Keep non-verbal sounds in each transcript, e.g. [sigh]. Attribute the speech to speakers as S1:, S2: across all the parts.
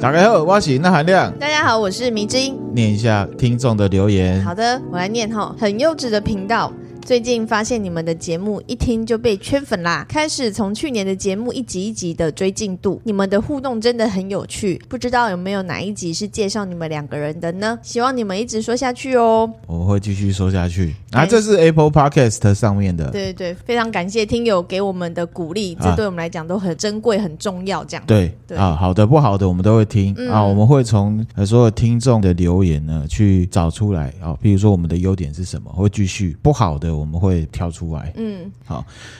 S1: 打开后，我是那含亮，
S2: 大家好，我是迷之音。
S1: 念一下听众的留言。
S2: 好的，我来念哈，很幼稚的频道。最近发现你们的节目一听就被圈粉啦，开始从去年的节目一集一集的追进度，你们的互动真的很有趣，不知道有没有哪一集是介绍你们两个人的呢？希望你们一直说下去哦。
S1: 我们会继续说下去。啊，
S2: 哎
S1: 这是 Apple Podcast 上面的，
S2: 对对对，非常感谢听友给我们的鼓励，
S1: 啊
S2: 这对我们来讲都很珍贵、很重要。这样，
S1: 对
S2: 对
S1: 啊，好的不好的我们都会听、
S2: 嗯
S1: 啊，我们会从呃所有听众的留言呢去找出来啊，比如说我们的优点是什么，会继续不好的我们会挑出来。
S2: 嗯，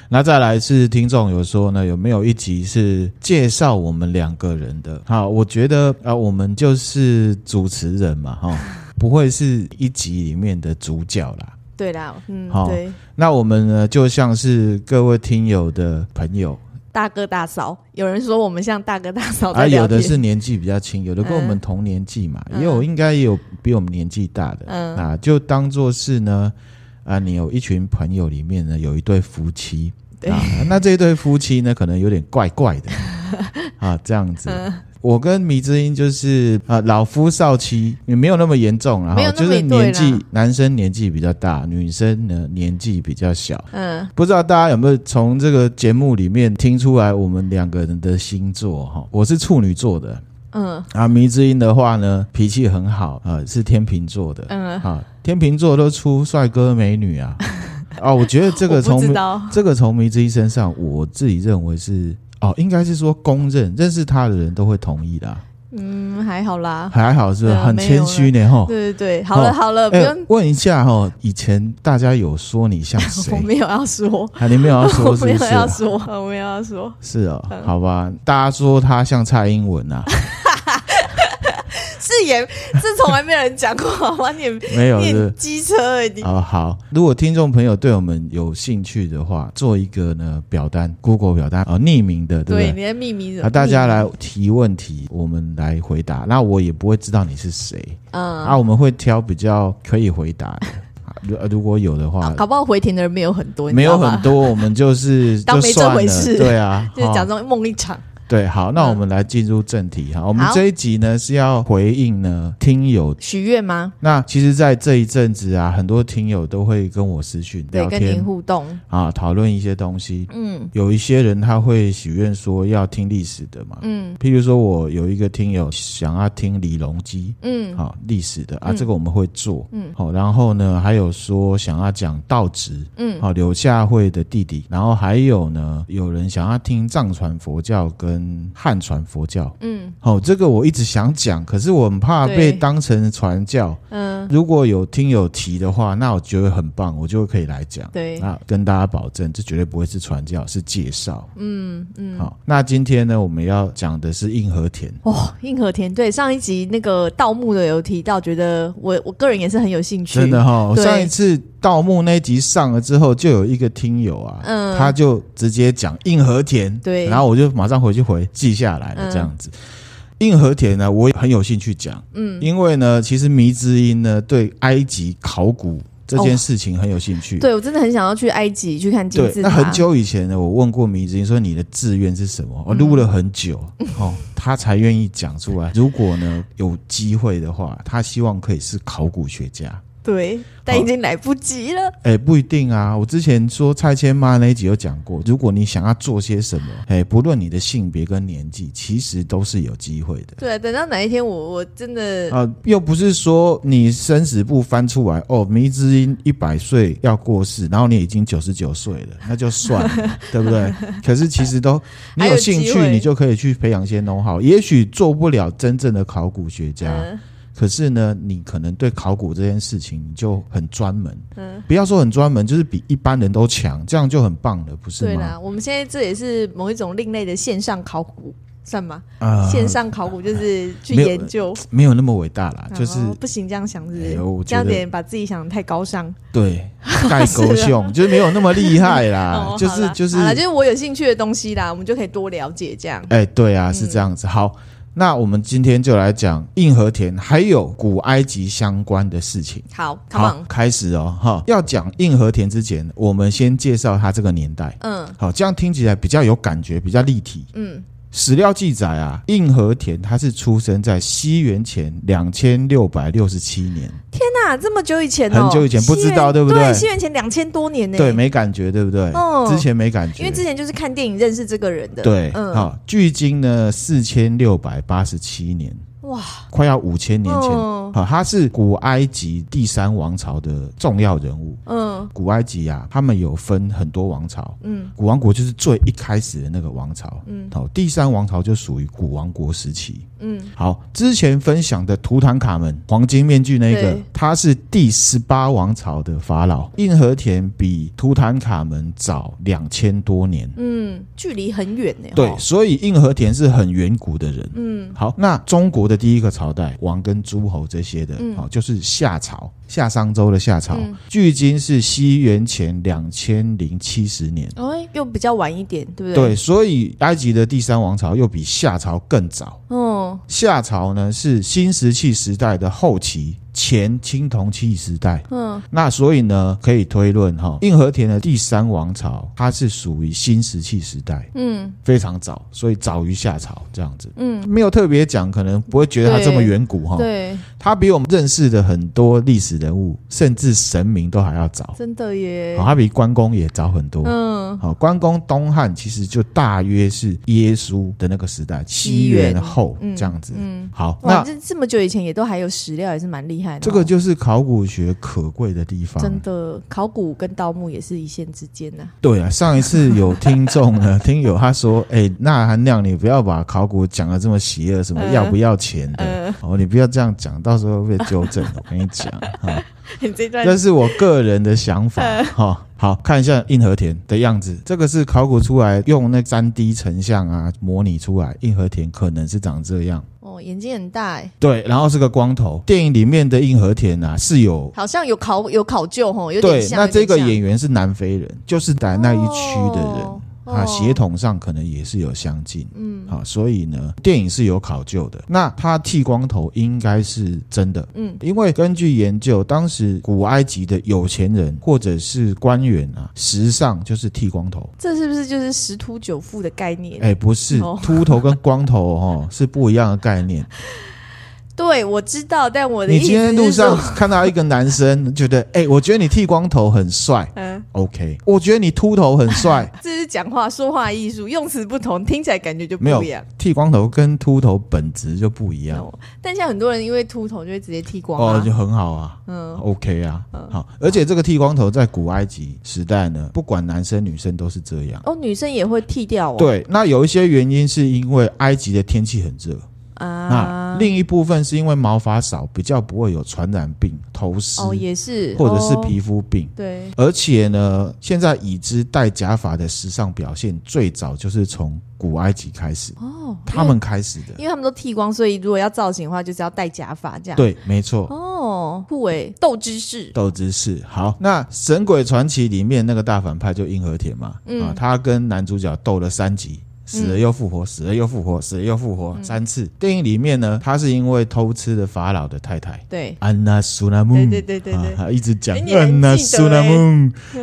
S1: 那再来是听众有说呢，有没有一集是介绍我们两个人的？好，我觉得啊，我们就是主持人嘛，哈、不会是一集里面的主角啦。
S2: 对啦，嗯，
S1: 好
S2: 对，
S1: 那我们呢，就像是各位听友的朋友，
S2: 大哥大嫂，有人说我们像大哥大嫂哦在
S1: 啊，
S2: 聊
S1: 有
S2: 天，
S1: 的是年纪比较轻，有的跟我们
S2: 嗯
S1: 同年纪嘛，
S2: 嗯
S1: 也有应该也有比我们年纪大的，
S2: 嗯
S1: 啊，就当做是呢，啊，你有一群朋友里面呢有一对夫妻，
S2: 对
S1: 啊，那这对夫妻呢可能有点怪怪的， [laughs] 啊，这样子。
S2: 嗯
S1: 我跟迷之音就是啊，老夫少妻也没有那么严重啦，
S2: 没有
S1: 然后
S2: 那
S1: 就
S2: 么
S1: 是
S2: 一对
S1: 年
S2: 啦
S1: 纪男生年纪比较大，女生呢年纪比较小。
S2: 嗯，
S1: 不知道大家有没有从这个节目里面听出来我们两个人的星座哈？我是处女座的
S2: 嗯
S1: 啊，迷之音的话呢，脾气很好，呃，是天秤座的
S2: 嗯，
S1: 啊，天秤座都出帅哥美女
S2: [laughs]
S1: 啊，啊，我觉得这个
S2: 我不
S1: 从
S2: 知道， [laughs]
S1: 这个从迷之音身上，我自己认为是哦，应该是说公认认识他的人都会同意啦，
S2: 嗯，还好啦。
S1: 还好是
S2: 对
S1: 吧
S2: 啊
S1: 很
S2: 没有
S1: 谦虚呢吼。
S2: 对对对，好了
S1: 哦
S2: 好了，不
S1: 哎
S2: 用，
S1: 问一下哈，以前大家有说你像
S2: [laughs] 我
S1: 谁？
S2: 没有要说，
S1: 啊，你没有要
S2: [laughs] 我
S1: 说是
S2: 没
S1: 不
S2: 有
S1: 是
S2: 要说，嗯我没有要说，
S1: 是哦，好吧，大家说他像蔡英文
S2: [laughs]
S1: 啊，
S2: 是也是从来没有人讲过，好吗？
S1: [laughs]
S2: 你也
S1: 没有
S2: 你也
S1: 是
S2: 机车而已，
S1: 哦好。如果听众朋友对我们有兴趣的话，做一个呢表单，Google 表单啊、哦匿名的，对不对？
S2: 对，你在秘密什
S1: 啊，
S2: 么？
S1: 大家
S2: 秘密，
S1: 来提问题，我们来回答。那我也不会知道你是谁、啊，
S2: 嗯，
S1: 我们会挑比较可以回答
S2: [laughs]
S1: 的。啊如呃如果有的话，
S2: 搞不好回填的人没有很多，你
S1: 没
S2: 知
S1: 有
S2: 道吗
S1: 很，多，我们就是
S2: [laughs] 当
S1: 就
S2: 没这
S1: 算
S2: 回
S1: 了 [laughs]
S2: 事
S1: 对啊，
S2: [laughs] 就是
S1: 哦
S2: 假装梦一场。
S1: 对，好，那
S2: 嗯
S1: 我们来进入正题哈。我们
S2: 好
S1: 这一集呢是要回应呢听友
S2: 许愿吗？
S1: 那其实，在这一阵子啊，很多听友都会跟我私讯
S2: 对，
S1: 聊
S2: 跟您
S1: 天
S2: 互动，
S1: 啊，讨论一些东西。
S2: 嗯
S1: 有一些人他会许愿说要听历史的嘛，
S2: 嗯
S1: 譬如说我有一个听友想要听李隆基。
S2: 嗯
S1: 啊，历史的啊，
S2: 嗯
S1: 这个我们会做，
S2: 嗯
S1: 好、然后呢，还有说想要讲道直，
S2: 嗯，
S1: 好、柳下惠的弟弟，然后还有呢，有人想要听藏传佛教跟汉传佛教，
S2: 嗯
S1: 好、这个我一直想讲，可是我很怕被
S2: 对
S1: 当成传教，
S2: 嗯，
S1: 如果有听友提的话，那我觉得很棒，我就可以来讲。
S2: 对，
S1: 那跟大家保证，这绝对不会是传教，是介绍。
S2: 嗯嗯。
S1: 好，那今天呢，我们要讲的是硬和田。
S2: 哦，硬核田对上一集那个盗墓的有提到，觉得我我个人也是很有兴趣。
S1: 真的哈、
S2: 对
S1: 上一次盗墓那一集上了之后，就有一个听友啊，
S2: 嗯
S1: 他就直接讲硬和田，
S2: 对
S1: 然后我就马上回去回记下来了，
S2: 嗯
S1: 这样子。硬和田呢，我也很有兴趣讲，
S2: 嗯，
S1: 因为呢，其实迷之音呢对埃及考古这件事情很有兴趣，
S2: 哦对我真的很想要去埃及去看金
S1: 对，
S2: 字
S1: 那
S2: 塔。
S1: 很久以前呢，我问过迷之音说你的志愿是什
S2: 嗯
S1: 么？我录了很久、
S2: [laughs]
S1: 哦，他才愿意讲出来。如果呢有机会的话，他希望可以是考古学家。
S2: 对，但已经来不及了。
S1: 哎，不一定啊。我之前说蔡千妈那一集有讲过，如果你想要做些什么，哎，不论你的性别跟年纪，其实都是有机会的。
S2: 对，等到哪一天我我真的、
S1: 啊、又不是说你生死簿翻出来哦，迷之音一百岁要过世，然后你已经九十九岁了，那就算了，
S2: [laughs]
S1: 对不对？可是其实都你
S2: 还有
S1: 有兴
S2: 机
S1: 趣，
S2: 会
S1: 你就可以去培养一些 know how。也许做不了真正的考古学家，
S2: 嗯
S1: 可是呢，你可能对考古这件事情你就很专门，
S2: 嗯，
S1: 不要说很专门，就是比一般人都强，这样就很棒了，不是
S2: 对
S1: 吗？
S2: 啦，我们现在这也是某一种另类的线上考古，算吗？
S1: 啊、
S2: 线上考古就是去
S1: 没有
S2: 研究，
S1: 没有那么伟大啦，就是
S2: 然后不行这样想是不
S1: 哎
S2: 是
S1: 呦我觉
S2: 这样
S1: 得
S2: 点把自己想得太高尚。
S1: 对盖
S2: [laughs]
S1: 狗熊，就是没有那么厉害啦
S2: 啊哦，
S1: 啊就
S2: 好
S1: 是
S2: 啦
S1: 就是
S2: 好啦就是我有兴趣的东西啦，我们就可以多了解这样。
S1: 哎，对啊，
S2: 嗯
S1: 是这样子。好，那我们今天就来讲硬和田还有古埃及相关的事情。
S2: 好
S1: 好
S2: ，Come on，，
S1: 开始哦，哈！要讲硬和田之前，我们先介绍它这个年代。
S2: 嗯
S1: 好，这样听起来比较有感觉，比较立体。
S2: 嗯
S1: 史料记载啊，应和田他是出生在西元前两千六百六十七年，
S2: 天哪，这么久以前哦，
S1: 很久以前不知道
S2: 西元
S1: 对不对
S2: 对？西元前两千多年呢。
S1: 对，没感觉，对不对？
S2: 嗯
S1: 之前没感觉，
S2: 因为之前就是看电影认识这个人的。
S1: 对，
S2: 嗯，
S1: 好、距今呢四千六百八十七年，
S2: 哇，
S1: 快要五千年前。好、
S2: 嗯
S1: 他是古埃及第三王朝的重要人物。
S2: 嗯
S1: 古埃及啊，他们有分很多王朝，
S2: 嗯
S1: 古王国就是最一开始的那个王朝。
S2: 嗯
S1: 好、第三王朝就属于古王国时期。
S2: 嗯，
S1: 好，之前分享的图坦卡门黄金面具那个
S2: 对，
S1: 他是第十八王朝的法老。印和田比图坦卡门早两千多年。
S2: 嗯，距离很远呢。
S1: 对
S2: 哦，
S1: 所以印和田是很远古的人。
S2: 嗯
S1: 好，那中国的第一个朝代，王跟诸侯这些的，好、
S2: 嗯
S1: 就是夏朝，夏商周的夏朝，
S2: 嗯
S1: 距今是西元前两千零七十年。
S2: 哎，又比较晚一点，对不对？
S1: 对，，所以埃及的第三王朝又比夏朝更早。
S2: 嗯
S1: 夏朝呢是新石器时代的后期，前青铜器时代。
S2: 嗯
S1: 那所以呢，可以推论哈、印和田的第三王朝，它是属于新石器时代，
S2: 嗯
S1: 非常早，所以早于夏朝这样子。
S2: 嗯，
S1: 没有特别讲，可能不会觉得他这么远古哈。
S2: 对，
S1: 他比我们认识的很多历史人物，甚至神明都还要早。哦
S2: 真的耶
S1: 好，。他比关公也早很多。
S2: 嗯
S1: 好，关公东汉其实就大约是耶稣的那个时代，西元后
S2: 嗯
S1: 这样子。
S2: 嗯，
S1: 好，
S2: 哇，
S1: 那
S2: 这这么久以前也都还有史料，也是蛮厉害的哦。
S1: 这个就是考古学可贵的地方。
S2: 真的，考古跟盗墓也是一线之间呐、
S1: 对啊，上一次有听众呢，
S2: [laughs]
S1: 听友他说：“哎、那韩亮，你不要把考古讲的这么邪恶，什么
S2: 嗯
S1: 要不要钱的、
S2: 嗯
S1: 哦，你不要这样讲，到时候会被纠正。我跟你讲
S2: [laughs]
S1: 啊，
S2: 你 [laughs] 这段
S1: 这是我个人的想法
S2: 嗯
S1: 哈、好看一下硬和田的样子，这个是考古出来用那三 D 成像啊模拟出来，硬和田可能是长这样。
S2: 哦，眼睛很大哎，
S1: 对，然后是个光头。电影里面的硬和田啊是有
S2: 好像有考有考究吼，有点
S1: 对，
S2: 像。
S1: 那
S2: 有点
S1: 这个
S2: 像
S1: 演员是南非人，就是在那一区的人。
S2: 哦
S1: 啊，
S2: 哦
S1: 血统上可能也是有相近，
S2: 嗯
S1: 好、所以呢，电影是有考究的。那他剃光头应该是真的，
S2: 嗯
S1: 因为根据研究，当时古埃及的有钱人或者是官员啊，时尚就是剃光头。
S2: 这是不是就是十秃九富的概念？
S1: 哎，不是
S2: 哦，
S1: 秃头跟光头哦 [laughs] 是不一样的概念。
S2: 对，我知道，但我的
S1: 你
S2: 意思
S1: 今天
S2: 是
S1: 路上
S2: 说，
S1: 看到一个男生，觉得哎，我觉得你剃光头很帅
S2: 嗯，，
S1: ，OK；我觉得你秃头很帅
S2: 这是讲话说话艺术，用词不同，听起来感觉就不
S1: 没有
S2: 一样。
S1: 剃光头跟秃头本质就不一样
S2: 哦但现在很多人因为秃头就会直接剃光
S1: 哦，
S2: 啊
S1: 就，很好啊。
S2: 嗯，
S1: OK 啊，好，而且这个剃光头在古埃及时代呢，不管男生女生都是这样。
S2: 哦，女生也会剃掉哦，
S1: 对，那有一些原因是因为埃及的天气很热，那
S2: 啊，
S1: 另一部分是因为毛发少，比较不会有传染病、头虱、
S2: 哦也是，
S1: 或者是
S2: 哦
S1: 皮肤病。
S2: 对，
S1: 而且呢，现在已知戴假发的时尚表现最早就是从古埃及开始，
S2: 哦，
S1: 他们开始的。
S2: 因为他们都剃光，所以如果要造型的话，就是要戴假发这样。，
S1: 对，没错。
S2: 哦，酷诶，斗知识，
S1: 斗之士。好，那《神鬼传奇》里面那个大反派就硬和田嘛，
S2: 嗯
S1: 啊，他跟男主角斗了三集。死了又复活，死了又复活，死了又复
S2: 嗯
S1: 活、三次。电影里面呢，他是因为偷吃了法老的太太
S2: 对，
S1: 安娜苏纳姆，
S2: 对对对对
S1: 啊，
S2: 对
S1: 他一直讲
S2: 哎你还
S1: 安娜
S2: 记得哎嗯
S1: 苏纳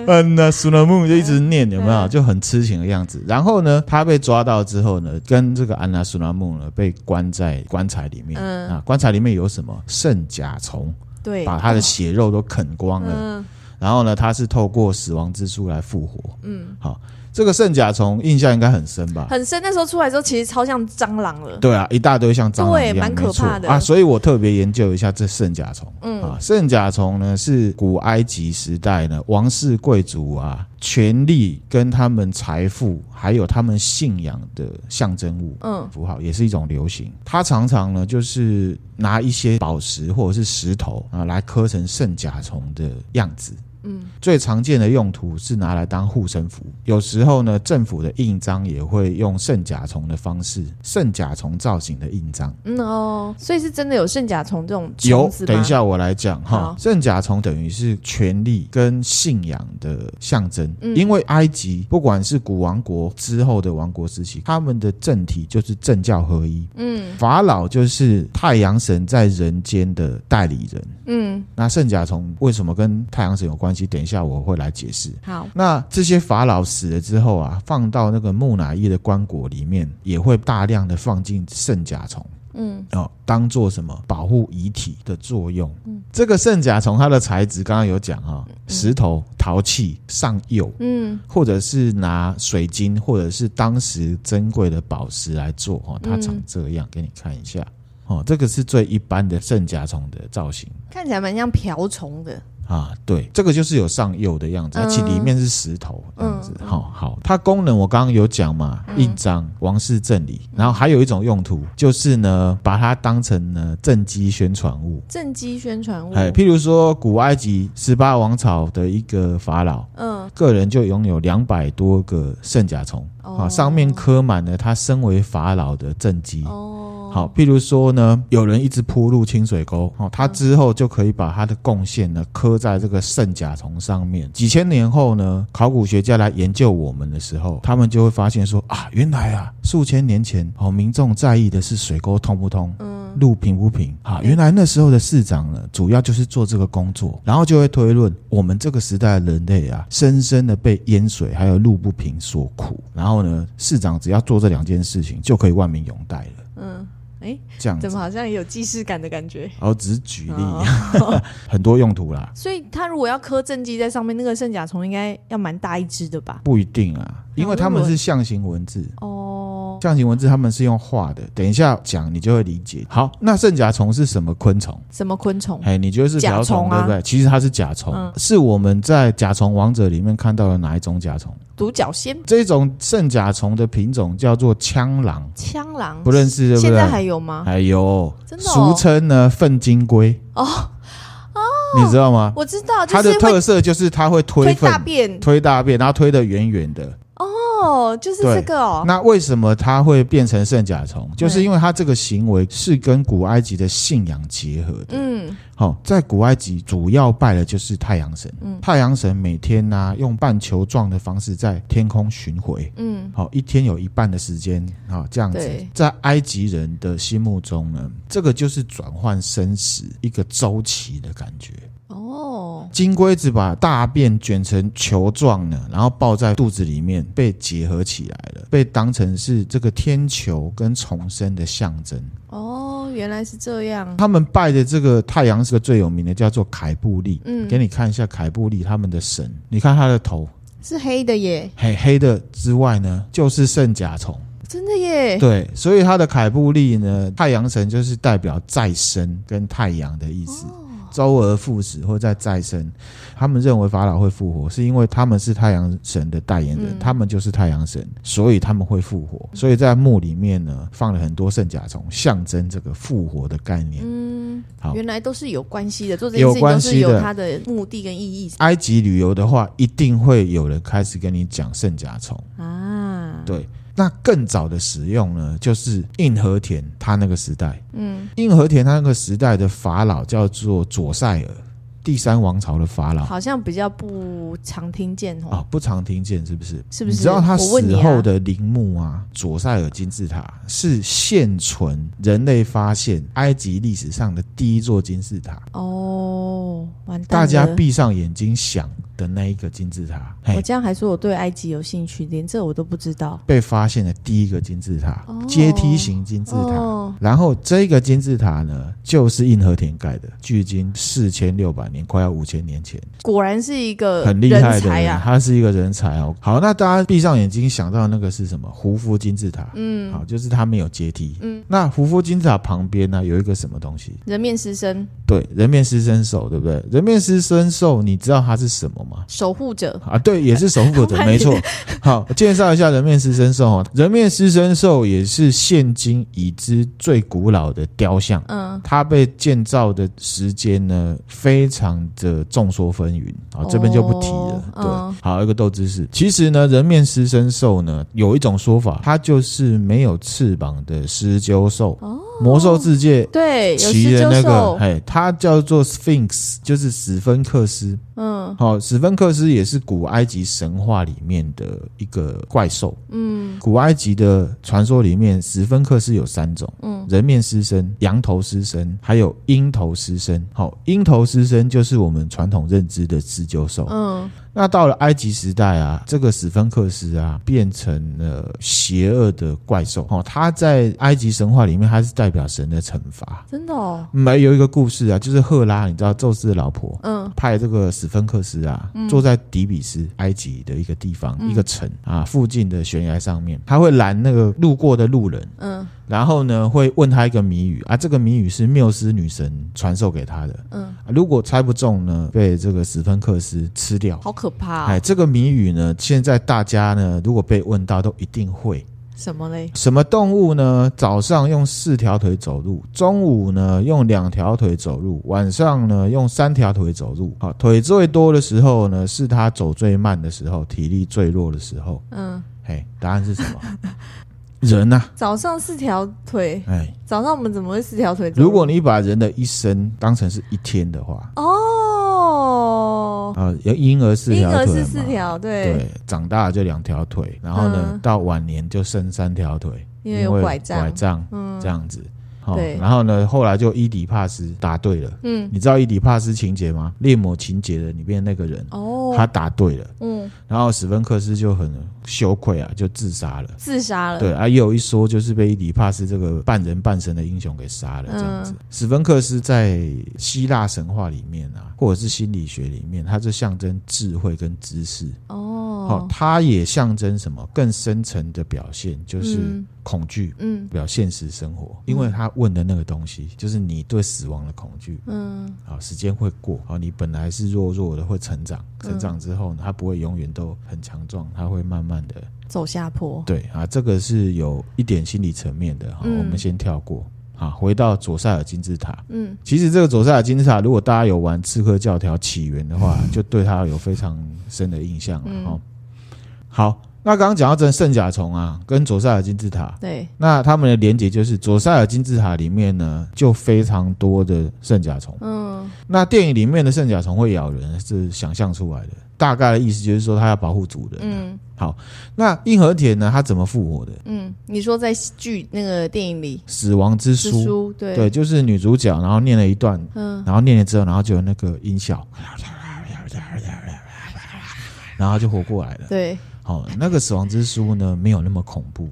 S1: 姆，安娜苏纳姆就一直念，有没有？就很痴情的样子。然后呢，他被抓到之后呢，跟这个安娜苏纳姆呢被关在棺材里面、
S2: 嗯
S1: 啊，棺材里面有什么圣甲虫，
S2: 对，
S1: 把他的血肉都啃光了。
S2: 嗯
S1: 然后呢，他是透过死亡之书来复活。
S2: 嗯，
S1: 好，这个圣甲虫印象应该很深吧？
S2: 很深，那时候出来之后，其实超像蟑螂了。
S1: 对啊，一大堆像蟑螂一样，
S2: 对蛮可怕
S1: 没错
S2: 的
S1: 啊！所以我特别研究一下这圣甲虫。
S2: 嗯
S1: 啊，圣甲虫呢是古埃及时代呢王室贵族啊权力跟他们财富还有他们信仰的象征物。
S2: 嗯
S1: 符号也是一种流行，它常常呢就是拿一些宝石或者是石头啊来刻成圣甲虫的样子，
S2: 嗯，
S1: 最常见的用途是拿来当护身符，有时候呢，政府的印章也会用圣甲虫的方式，圣甲虫造型的印章。
S2: 嗯哦，所以是真的有圣甲虫这种虫
S1: 有
S2: 子，吗
S1: 等一，下我来讲哈
S2: 好。
S1: 圣甲虫等于是权力跟信仰的象征，
S2: 嗯
S1: 因为埃及不管是古王国之后的王国时期，他们的政体就是政教合一，
S2: 嗯
S1: 法老就是太阳神在人间的代理人。
S2: 嗯
S1: 那圣甲虫为什么跟太阳神有关系？等一下我会来解释。
S2: 好，
S1: 那这些法老死了之后啊，放到那个木乃伊的棺椁里面，也会大量的放进圣甲虫。
S2: 嗯，
S1: 哦，当做什么保护遗体的作用？
S2: 嗯
S1: 这个圣甲虫它的材质刚刚有讲哈、石头、陶器、上釉，
S2: 嗯，
S1: 或者是拿水晶，或者是当时珍贵的宝石来做哦，它长
S2: 嗯
S1: 这样，给你看一下哦，这个是最一般的圣甲虫的造型。
S2: 看起来蛮像瓢虫的，
S1: 啊，对，这个就是有上釉的样子，
S2: 嗯
S1: 而且里面是石头这样子。
S2: 嗯
S1: 好、好，它功能我刚刚有讲嘛，印章、王室正礼，然后还有一种用途就是呢，把它当成呢政绩宣传物。
S2: 正畸宣传物。
S1: 哎，譬如说古埃及十八王朝的一个法老，
S2: 嗯，
S1: 个人就拥有两百多个圣甲虫、啊，
S2: 哦
S1: 上面刻满了他身为法老的政绩。
S2: 哦，
S1: 好，譬如说呢，有人一直铺入清水沟，哦，
S2: 嗯
S1: 他之后就可以把他的贡献呢刻在这个圣甲虫上面。几千年后呢，考古学家来研究我们的时候，他们就会发现说啊，原来啊，数千年前哦，民众在意的是水沟通不通。
S2: 嗯，
S1: 路平不平啊？原来那时候的市长呢，主要就是做这个工作，然后就会推论我们这个时代的人类啊，深深的被淹水还有路不平所苦。然后呢，市长只要做这两件事情，就可以万民永戴了。
S2: 嗯，哎，
S1: 这样子
S2: 怎么好像也有既视感的感觉？
S1: 然后只是举例，
S2: 哦
S1: [laughs] 很多用途啦，
S2: 所以它如果要刻正畸在上面，那个圣甲虫应该要蛮大一只的吧？
S1: 不一定啊，因为他们是象形文字，
S2: 哦，
S1: 象形文字他们是用画的，等一下讲你就会理解。好，那圣甲虫是什么昆虫？
S2: 什么昆虫？
S1: 哎，你觉得是瓢
S2: 甲虫啊
S1: 对不对？其实它是甲虫，
S2: 嗯
S1: 是我们在《甲虫王者》里面看到的哪一种甲虫？
S2: 独角仙、
S1: 这种圣甲虫的品种叫做枪狼，
S2: 枪狼，
S1: 不认识对不对？
S2: 现在还有吗？
S1: 还有，
S2: 真的哦
S1: 俗称呢粪金龟
S2: 哦
S1: 哦，你知道吗？
S2: 我知道，就
S1: 它的
S2: 是会
S1: 特色就是它会推
S2: 推
S1: 粪
S2: 大。便
S1: 推大便，然后推得远远的，
S2: 哦，就是
S1: 对
S2: 这个哦，嗯
S1: 那为什么它会变成圣甲虫？就是
S2: 对
S1: 因为它这个行为是跟古埃及的信仰结合的。
S2: 嗯
S1: 好、在古埃及主要拜的就是太阳神。
S2: 嗯
S1: 太阳神每天呢、用半球状的方式在天空巡回。
S2: 嗯，
S1: 好、一天有一半的时间，好、这样子
S2: 对，
S1: 在埃及人的心目中呢，这个就是转换生死一个周期的感觉。
S2: 哦，
S1: 金龟子把大便卷成球状呢，然后抱在肚子里面，被结合起来了，被当成是这个天球跟重生的象征。
S2: 哦，原来是这样，
S1: 他们拜的这个太阳是个最有名的，叫做凯布利。
S2: 嗯
S1: 给，你看一下凯布利他们的神，你看他的头
S2: 是黑的耶，
S1: 黑黑的之外呢，就是圣甲虫。
S2: 真的耶，
S1: 对，所以他的凯布利呢，太阳神就是代表再生跟太阳的意思。周而复始或再再生，他们认为法老会复活，是因为他们是太阳神的代言人，
S2: 嗯
S1: 他们就是太阳神，所以他们会复活。所以在墓里面呢，放了很多圣甲虫，象征这个复活的概念。
S2: 嗯，
S1: 好
S2: 原来都是有关系的，做这件
S1: 有
S2: 事情都
S1: 关
S2: 是
S1: 系的
S2: 有它的目的跟意义
S1: 埃及旅游的话，一定会有人开始跟你讲圣甲虫。
S2: 啊，
S1: 对，那更早的使用呢，就是印和田他那个时代，
S2: 嗯，
S1: 印和田他那个时代的法老叫做佐塞尔，第三王朝的法老啊、
S2: 好像比较不常听见哦，
S1: 不常听见是不是？
S2: 是不是
S1: 你知道他
S2: 我问你
S1: 死
S2: 啊
S1: 后的陵墓啊，佐塞尔金字塔是现存人类发现埃及历史上的第一座金字塔，
S2: 哦，完蛋
S1: 大
S2: 了，
S1: 家哎闭上眼睛想的那一个金字塔，
S2: 我
S1: 嘿，
S2: 这样还说我对埃及有兴趣，连这我都不知道，
S1: 被发现的第一个金字塔
S2: 哦，
S1: 阶、梯型金字塔。
S2: 哦
S1: 然后这个金字塔呢，就是印和田盖的，距今四千六百年，快要五千年前，
S2: 果然是一个
S1: 很厉害
S2: 呃人
S1: 的
S2: 才
S1: 人，
S2: 啊，
S1: 他是一个人才哦。好，那大家闭上眼睛想到的那个是什么？胡夫金字塔，
S2: 嗯，
S1: 好，就是它没有阶梯。
S2: 嗯，
S1: 那胡夫金字塔旁边呢，有一个什么东西？
S2: 人面狮身
S1: 对，人面狮身兽，对不对？人面狮身兽，你知道它是什么吗？
S2: 守护者，
S1: 啊，对，也是守护者，
S2: [laughs] 我怕你
S1: 没错。 [laughs] 好，介绍一下人面狮身兽哦，人面狮身兽也是现今已知最古老的雕像。
S2: 嗯，
S1: 它被建造的时间呢，非常的众说纷纭啊，这边就不提了。
S2: 哦嗯
S1: 对，好，一个斗知识。其实呢，人面狮身兽呢，有一种说法，它就是没有翅膀的狮鹫兽。
S2: 哦，
S1: 魔兽世界
S2: 对，有
S1: 骑的
S2: 施救
S1: 那个，
S2: 兽，
S1: 哎，它叫做 Sphinx，就是史芬克斯。
S2: 嗯
S1: 好、史芬克斯也是古埃及神话里面的一个怪兽。
S2: 嗯
S1: 古埃及的传说里面，史芬克斯有三种：
S2: 嗯
S1: 人面狮身、羊头狮身，还有鹰头狮身。好、鹰头狮身就是我们传统认知的狮鹫兽。
S2: 嗯，
S1: 那到了埃及时代啊，这个史芬克斯啊变成了邪恶的怪兽。哦，它在埃及神话里面，它是代表神的惩罚。
S2: 真的哦，
S1: 没有一个故事啊，就是赫拉，你知道宙斯的老婆。
S2: 嗯
S1: 派这个史芬克斯啊，坐在底比斯，埃及的一个地方，
S2: 嗯
S1: 一个城啊，附近的悬崖上面，他会拦那个路过的路人，
S2: 嗯
S1: 然后呢会问他一个谜语啊，这个谜语是缪斯女神传授给他的，
S2: 嗯，
S1: 啊如果猜不中呢，被这个史芬克斯吃掉。
S2: 好可怕
S1: 哎，
S2: 哦，
S1: 这个谜语呢，现在大家呢，如果被问到，都一定会。
S2: 什么嘞？
S1: 什么动物呢？早上用四条腿走路，中午呢用两条腿走路，晚上呢用三条腿走路。好，腿最多的时候呢，是它走最慢的时候，体力最弱的时候。
S2: 嗯，
S1: 哎，答案是什么？
S2: [laughs]
S1: 人呐、
S2: 早上四条腿，
S1: 哎，
S2: 早上我们怎么会四条腿走路？
S1: 如果你把人的一生当成是一天的话，
S2: 哦，
S1: 啊、有婴儿四
S2: 婴
S1: 条
S2: 儿
S1: 腿
S2: 是
S1: 嘛
S2: 四条，对，
S1: 对，长大就两条腿，然后呢，
S2: 嗯
S1: 到晚年就剩三条腿，
S2: 因为有拐杖
S1: 拐杖
S2: 嗯
S1: 这样子。好、
S2: 对
S1: 然后呢，后来就伊底帕斯答对了。
S2: 嗯，
S1: 你知道伊底帕斯情节吗？《猎魔情节》的里面那个人，他
S2: 哦，
S1: 答对了，
S2: 嗯，
S1: 然后史芬克斯就很羞愧啊，就自杀了。
S2: 自杀了，
S1: 对啊，也有一说就是被伊底帕斯这个半人半神的英雄给杀了这样子。
S2: 嗯
S1: 史芬克斯在希腊神话里面啊，或者是心理学里面，它就象征智慧跟知识。好、
S2: 哦，
S1: 它也象征什么更深层的表现，就是
S2: 嗯
S1: 恐惧
S2: 嗯
S1: 表现实生活。因为他问的那个东西，就是你对死亡的恐惧。
S2: 嗯
S1: 啊，时间会过，啊，你本来是弱弱的，会成长，
S2: 嗯
S1: 成长之后呢，它不会永远都很强壮，它会慢慢的，
S2: 走下坡，
S1: 对啊，这个是有一点心理层面的，哈、啊
S2: 嗯
S1: 我们先跳过，啊，回到左塞尔金字塔。
S2: 嗯
S1: 其实这个左塞尔金字塔，如果大家有玩《刺客教条：起源》的话，就对它有非常深的印象了
S2: 嗯
S1: 哈、哦好，那刚刚讲到这圣甲虫啊，跟左塞尔金字塔，
S2: 对，
S1: 那它们的连接就是左塞尔金字塔里面呢，就非常多的圣甲虫。
S2: 嗯
S1: 那电影里面的圣甲虫会咬人是想象出来的，大概的意思就是说它要保护主人。啊
S2: 嗯
S1: 那硬核铁呢，它怎么复活的？
S2: 嗯，你说在剧那个电影里
S1: 死亡之
S2: 是
S1: 书，
S2: 书，对
S1: 对，就是女主角，然后念了一段，
S2: 嗯
S1: 然后念了之后，然后就有那个音效，然后就活过来了。
S2: 对，
S1: 好、那个死亡之书呢，没有那么恐
S2: [laughs]
S1: 怖。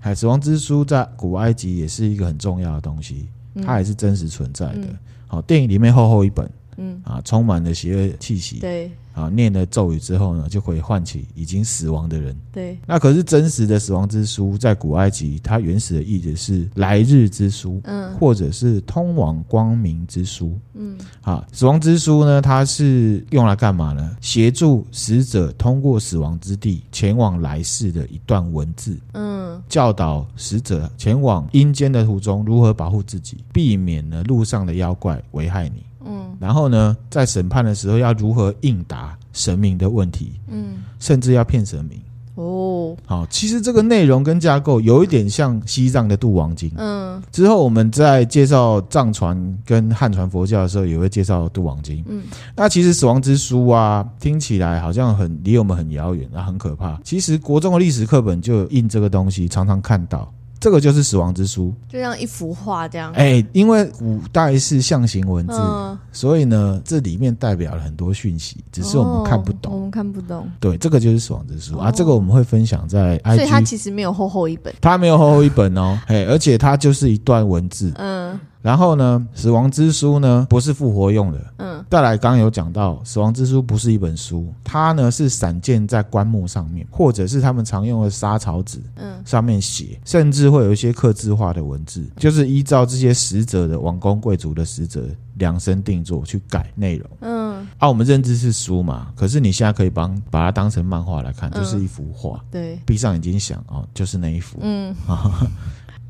S1: 哎，死亡之书在古埃及也是一个很重要的东西，
S2: 嗯
S1: 它也是真实存在的
S2: 嗯。
S1: 好、电影里面厚厚一本
S2: 嗯
S1: 啊，充满了邪恶气息。
S2: 对
S1: 啊，念了咒语之后呢，就可以唤起已经死亡的人。
S2: 对，
S1: 那可是真实的死亡之书，在古埃及，它原始的意思是来日之书，
S2: 嗯
S1: 或者是通往光明之书。
S2: 嗯
S1: 啊，死亡之书呢，它是用来干嘛呢？协助死者通过死亡之地前往来世的一段文字，
S2: 嗯
S1: 教导死者前往阴间的途中如何保护自己，避免呢路上的妖怪危害你。
S2: 嗯
S1: 然后呢，在审判的时候要如何应答神明的问题，
S2: 嗯，
S1: 甚至要骗神明。
S2: 哦，
S1: 好，其实这个内容跟架构有一点像西藏的度王经。
S2: 嗯
S1: 之后我们在介绍藏传跟汉传佛教的时候，也会介绍度王经。
S2: 嗯，
S1: 那其实死亡之书啊，听起来好像很离我们很遥远啊，很可怕。其实国中的历史课本就有印这个东西，常常看到。这个就是死亡之书，
S2: 就像一幅画这样，
S1: 哎，因为古代是象形文字，
S2: 嗯，
S1: 所以呢，这里面代表了很多讯息，只是我们看不
S2: 哦我
S1: 懂。
S2: 们看不懂，
S1: 对，这个就是死亡之书、啊，
S2: 哦
S1: 这个我们会分享在
S2: 所以它
S1: IG，
S2: 其实没有厚厚一本，
S1: 它没有厚厚一本 [laughs] 哦，哎，而且它就是一段文字，
S2: 嗯
S1: 然后呢，死亡之书呢不是复活用的。
S2: 嗯
S1: 再来，刚刚有讲到，死亡之书不是一本书，它呢是散见在棺木上面，或者是他们常用的沙草纸
S2: 嗯
S1: 上面写，甚至会有一些刻字化的文字，就是依照这些死者的王公贵族的死者量身定做去改内容。
S2: 嗯，
S1: 啊，我们认知是书嘛，可是你现在可以帮把它当成漫画来看，
S2: 嗯
S1: 就是一幅画。
S2: 对，
S1: 闭上眼睛想哦，就是那一幅。
S2: 嗯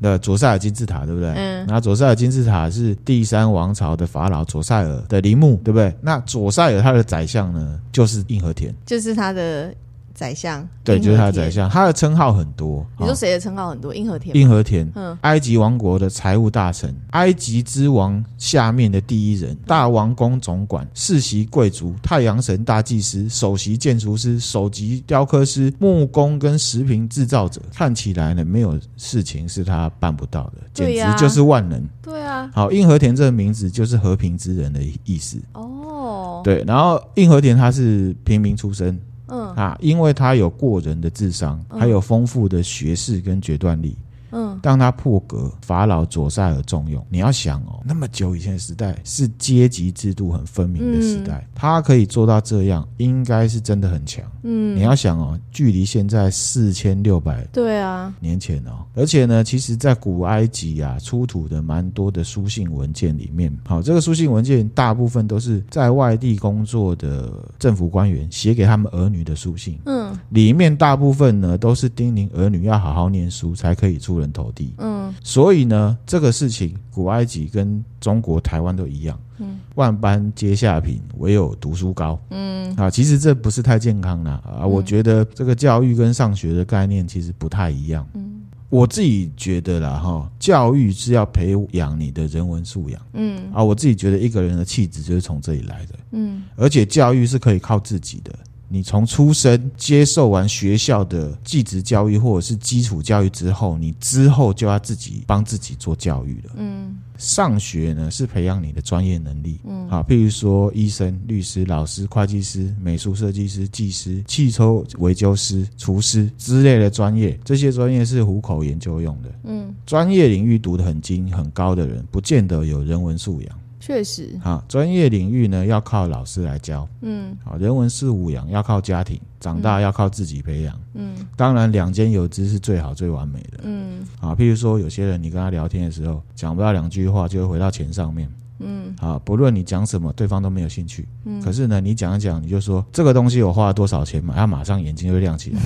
S1: 那左塞尔金字塔，对不对？
S2: 嗯
S1: 那左塞尔金字塔是第三王朝的法老左塞尔的陵墓，对不对？那左塞尔他的宰相呢，就是硬和田，
S2: 就是他的宰相，
S1: 对，
S2: 硬
S1: 就是他
S2: 核
S1: 的
S2: 田
S1: 宰。相，他的称号很多。
S2: 你
S1: 哦
S2: 说谁的称号很多？硬和田吗。
S1: 硬和田，
S2: 嗯，
S1: 埃及王国的财务大臣，埃及之王下面的第一人，大王宫总管，世袭贵族，太阳神大祭司，首席建筑师，首席雕刻师，木工跟食品制造者。看起来呢，没有事情是他办不到的，简
S2: 对呀
S1: 直就是万能。
S2: 对啊，
S1: 好，硬和田这个名字就是和平之人的意思。
S2: 哦，
S1: 对，然后硬和田他是平民出身
S2: 嗯
S1: 啊，因为他有过人的智商，
S2: 嗯
S1: 还有丰富的学识跟决断力，
S2: 嗯，
S1: 让他破格，法老佐塞尔重用。你要想哦，那么久以前的时代是阶级制度很分明的时
S2: 嗯
S1: 代，他可以做到这样，应该是真的很强。嗯，你要想哦，距离现在四千六百
S2: 对啊，
S1: 年前哦，而且呢，其实，在古埃及啊出土的蛮多的书信文件里面，好，这个书信文件大部分都是在外地工作的政府官员写给他们儿女的书信，
S2: 嗯
S1: 里面大部分呢都是叮咛儿女要好好念书，才可以出人头地。
S2: 嗯
S1: 所以呢，这个事情，古埃及跟中国台湾都一样，
S2: 嗯，
S1: 万般皆下品，唯有读书高。
S2: 嗯，
S1: 啊，其实这不是太健康啦啊！我
S2: 嗯
S1: 觉得这个教育跟上学的概念其实不太一样。
S2: 嗯，
S1: 我自己觉得啦哈，教育是要培养你的人文素养
S2: 嗯
S1: 啊。我自己觉得一个人的气质就是从这里来的，
S2: 嗯
S1: 而且教育是可以靠自己的。你从出生接受完学校的技职教育或者是基础教育之后，你之后就要自己帮自己做教育了。
S2: 嗯
S1: 上学呢是培养你的专业能力，嗯，好，譬如说医生、律师、老师、会计师、美术设计师、技师、汽车维修师、厨师之类的专业，这些专业是糊口研究用的。
S2: 嗯，
S1: 专业领域读得很精很高的人，不见得有人文素养。
S2: 确实，
S1: 好，专业领域呢要靠老师来教，
S2: 嗯
S1: 好，人文素养要靠家庭，长大要靠自己培养。
S2: 嗯
S1: 当然，两间有之是最好最完美的。
S2: 嗯
S1: 啊，譬如说有些人你跟他聊天的时候，讲不到两句话就会回到钱上面。
S2: 嗯
S1: 啊，不论你讲什么，对方都没有兴趣。可是呢，你讲一讲，你就说这个东西我花了多少钱买，他马上眼睛就会亮起来。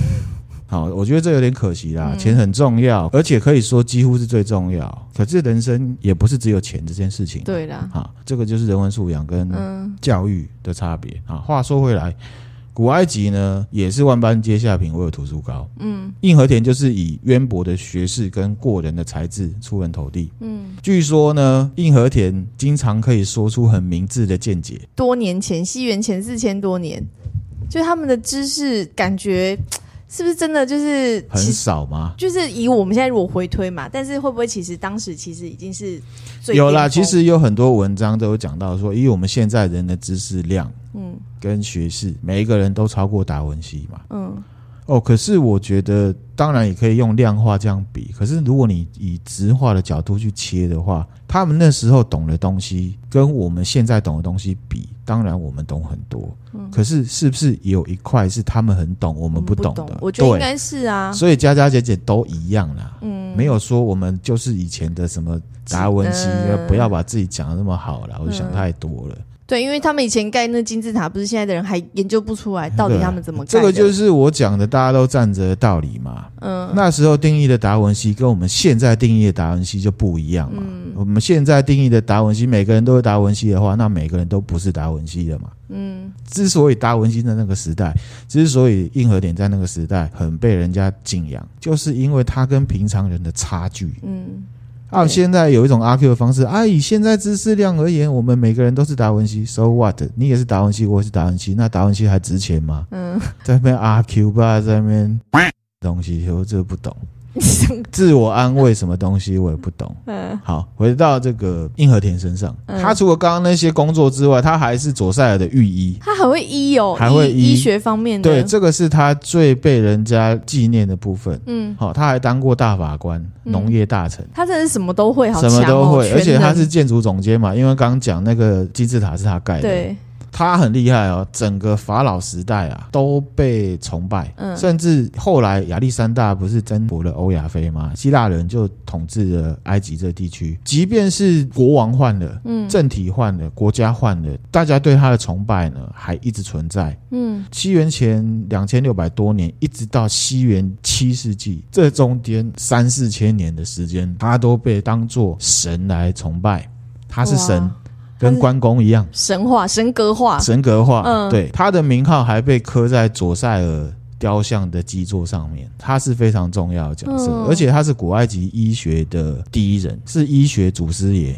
S1: 好，我觉得这有点可惜啦。钱很重要，而且可以说几乎是最重要。可是人生也不是只有钱这件事情。，
S2: 对啦，
S1: 啊，这个就是人文素养跟
S2: 嗯
S1: 教育的差别啊。话说回来，古埃及呢也是万般皆下品，唯有读书高。
S2: 嗯
S1: 硬和田就是以渊博的学识跟过人的才智出人头地。
S2: 嗯，
S1: 据说呢，硬和田经常可以说出很明智的见解。
S2: 多年前，西元前四千多年，就他们的知识感觉是不是真的就是
S1: 很
S2: 其实。
S1: 少吗？
S2: 就是以我们现在如果回推嘛，但是会不会其实当时其实已经是最
S1: 有啦，
S2: 巅
S1: 其
S2: 峰
S1: 实有很多文章都有讲到说，以我们现在人的知识量
S2: 嗯
S1: 跟学识，每一个人都超过达文西嘛。
S2: 嗯
S1: 哦，可是我觉得，当然也可以用量化这样比。可是如果你以直化的角度去切的话，他们那时候懂的东西跟我们现在懂的东西比，当然我们懂很多。
S2: 嗯
S1: 可是是不是也有一块是他们很懂，我
S2: 我
S1: 们不懂的？
S2: 我觉得应
S1: 对，
S2: 该是啊，
S1: 所以加加减减都一样啦。
S2: 嗯，
S1: 没有说我们就是以前的什么达文西，
S2: 嗯
S1: 不要把自己讲的那么好啦，我就想
S2: 嗯
S1: 太多了。
S2: 对，因为他们以前盖那金字塔，不是现在的人还研究不出来嗯到底他们怎么盖
S1: 啊这
S2: 的。
S1: 个就是我讲的，大家都站着的道理嘛。
S2: 嗯
S1: 那时候定义的达文西跟我们现在定义的达文西就不一样嘛。
S2: 嗯
S1: 我们现在定义的达文西，每个人都是达文西的话，那每个人都不是达文西的嘛。
S2: 嗯
S1: 之所以达文西在那个时代，之所以硬核点在那个时代很被人家敬仰，就是因为他跟平常人的差距。
S2: 嗯
S1: 啊，
S2: 对
S1: 现在有一种阿 Q 的方式啊，以现在知识量而言，我们每个人都是达文西，so what？你也是达文西，我也是达文西，那达文西还值钱吗？
S2: 嗯， [laughs]
S1: 在那边阿 Q 吧，在那边东西，我这不懂，
S2: 嗯
S1: 自我安慰什么东西我也不懂。
S2: 嗯
S1: 好，回到这个硬和田身上，
S2: 嗯
S1: 他除了刚刚那些工作之外，他还是佐塞尔的御医。
S2: 他很会医哦，
S1: 还会
S2: 医
S1: 医
S2: 医学方面的。
S1: 对，这个是他最被人家纪念的部分。
S2: 嗯，
S1: 好、他还当过大法官、
S2: 嗯
S1: 农业大臣。
S2: 他真的是什么都会，好
S1: 什
S2: 强
S1: 么
S2: 哦，
S1: 都会，
S2: 全
S1: 而且他
S2: 能
S1: 是建筑总监嘛，因为刚刚讲那个金字塔是他盖的，
S2: 对，
S1: 他很厉害哦，整个法老时代啊都被崇拜，
S2: 嗯
S1: 甚至后来亚历山大不是征服了欧亚非吗？希腊人就统治了埃及这地区，即便是国王换了。
S2: 嗯
S1: 政体换了，国家换了，大家对他的崇拜呢还一直存在。
S2: 嗯
S1: 西元前两千六百多年，一直到西元七世纪，这中间三四千年的时间，他都被当作神来崇拜。他是神
S2: 哇，
S1: 跟关公一样。
S2: 神话神格化，
S1: 神格化，
S2: 嗯
S1: 对他的名号还被刻在左塞尔雕像的基座上面，他是非常重要的角色，
S2: 嗯
S1: 而且他是古埃及医学的第一人，是医学祖师爷。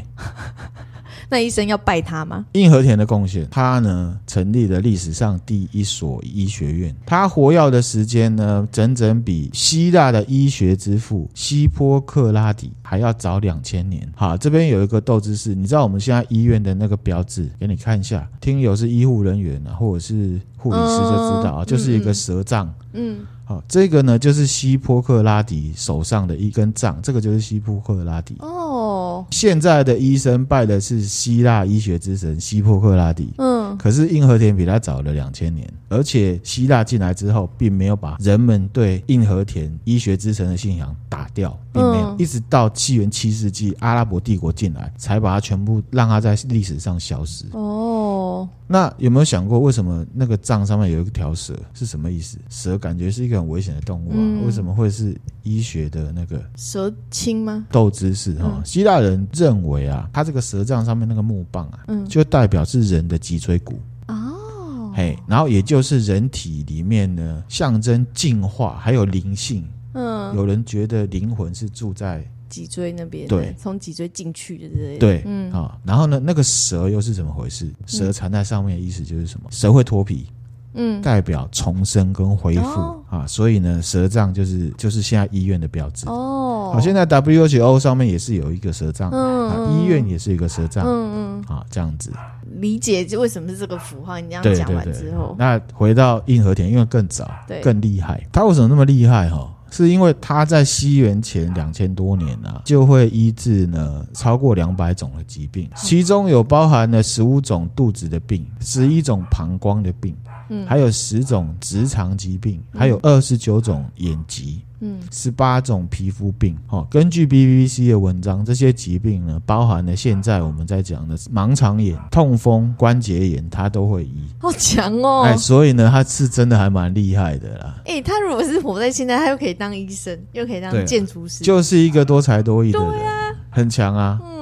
S2: 那医生要拜他吗？
S1: 硬和田的贡献，他呢成立了历史上第一所医学院。他活跃的时间呢，整整比希腊的医学之父希波克拉底还要早两千年。好，这边有一个斗智士，你知道我们现在医院的那个标志，给你看一下。听友是医护人员啊，或者是护理师就知道啊，
S2: 嗯
S1: 就是一
S2: 嗯
S1: 个
S2: 嗯
S1: 蛇杖。
S2: 嗯，
S1: 好，这个呢就是希波克拉底手上的一根杖，这个就是希波克拉底。
S2: 哦，
S1: 现在的医生拜的是希腊医学之神希波克拉底，
S2: 嗯，
S1: 可是硬和田比他早了两千年，而且希腊进来之后，并没有把人们对硬和田医学之神的信仰打掉，并没有，
S2: 嗯
S1: 一直到纪元七世纪阿拉伯帝国进来，才把它全部让它在历史上消失。
S2: 哦，
S1: 那有没有想过，为什么那个杖上面有一条蛇是什么意思？蛇感觉是一个很危险的动物啊，
S2: 嗯
S1: 为什么会是医学的那个
S2: 蛇青吗？
S1: 斗知识哈、
S2: 嗯
S1: 希腊人认为啊，它这个蛇杖上面那个木棒啊，
S2: 嗯
S1: 就代表是人的脊椎骨。
S2: 哦，
S1: 嘿，然后也就是人体里面呢，象征进化，还有灵性。
S2: 嗯，
S1: 有人觉得灵魂是住在
S2: 脊椎那边，
S1: 对
S2: 从脊椎进去的之类的，
S1: 对，
S2: 嗯
S1: 啊、然后呢，那个蛇又是怎么回事？蛇缠在上面的意思就是什么？蛇会脱皮，
S2: 嗯，
S1: 代表重生跟恢复、
S2: 哦
S1: 啊，所以呢，蛇杖就是就是现在医院的标志。
S2: 哦，
S1: 好，现在 WHO 上面也是有一个蛇杖，
S2: 嗯
S1: 啊，
S2: 嗯
S1: 医院也是有一个蛇杖，
S2: 嗯
S1: 啊，这样子。
S2: 嗯，理解就为什么是这个符号。你这样
S1: 对
S2: 讲
S1: 对
S2: 完
S1: 对
S2: 之后，
S1: 那回到硬和田，因为更早
S2: 对、
S1: 更厉害，他为什么那么厉害？哈，是因为他在西元前两千多年啊，就会医治呢超过两百种的疾病，其中有包含了十五种肚子的病、十一种膀胱的病，
S2: 嗯
S1: 还有十种直肠疾病，还有二十九种眼疾。
S2: 嗯
S1: 十八种皮肤病。哦，根据 BBC 的文章，这些疾病呢，包含了现在我们在讲的盲肠炎、痛风、关节炎，它都会医。
S2: 好强哦！
S1: 哎，所以呢，他是真的还蛮厉害的啦，
S2: 哎、他如果是活在现在，他又可以当医生，又可
S1: 对
S2: 以当
S1: 啊
S2: 建筑师，
S1: 就是一个多才多艺的人，很强啊。
S2: 嗯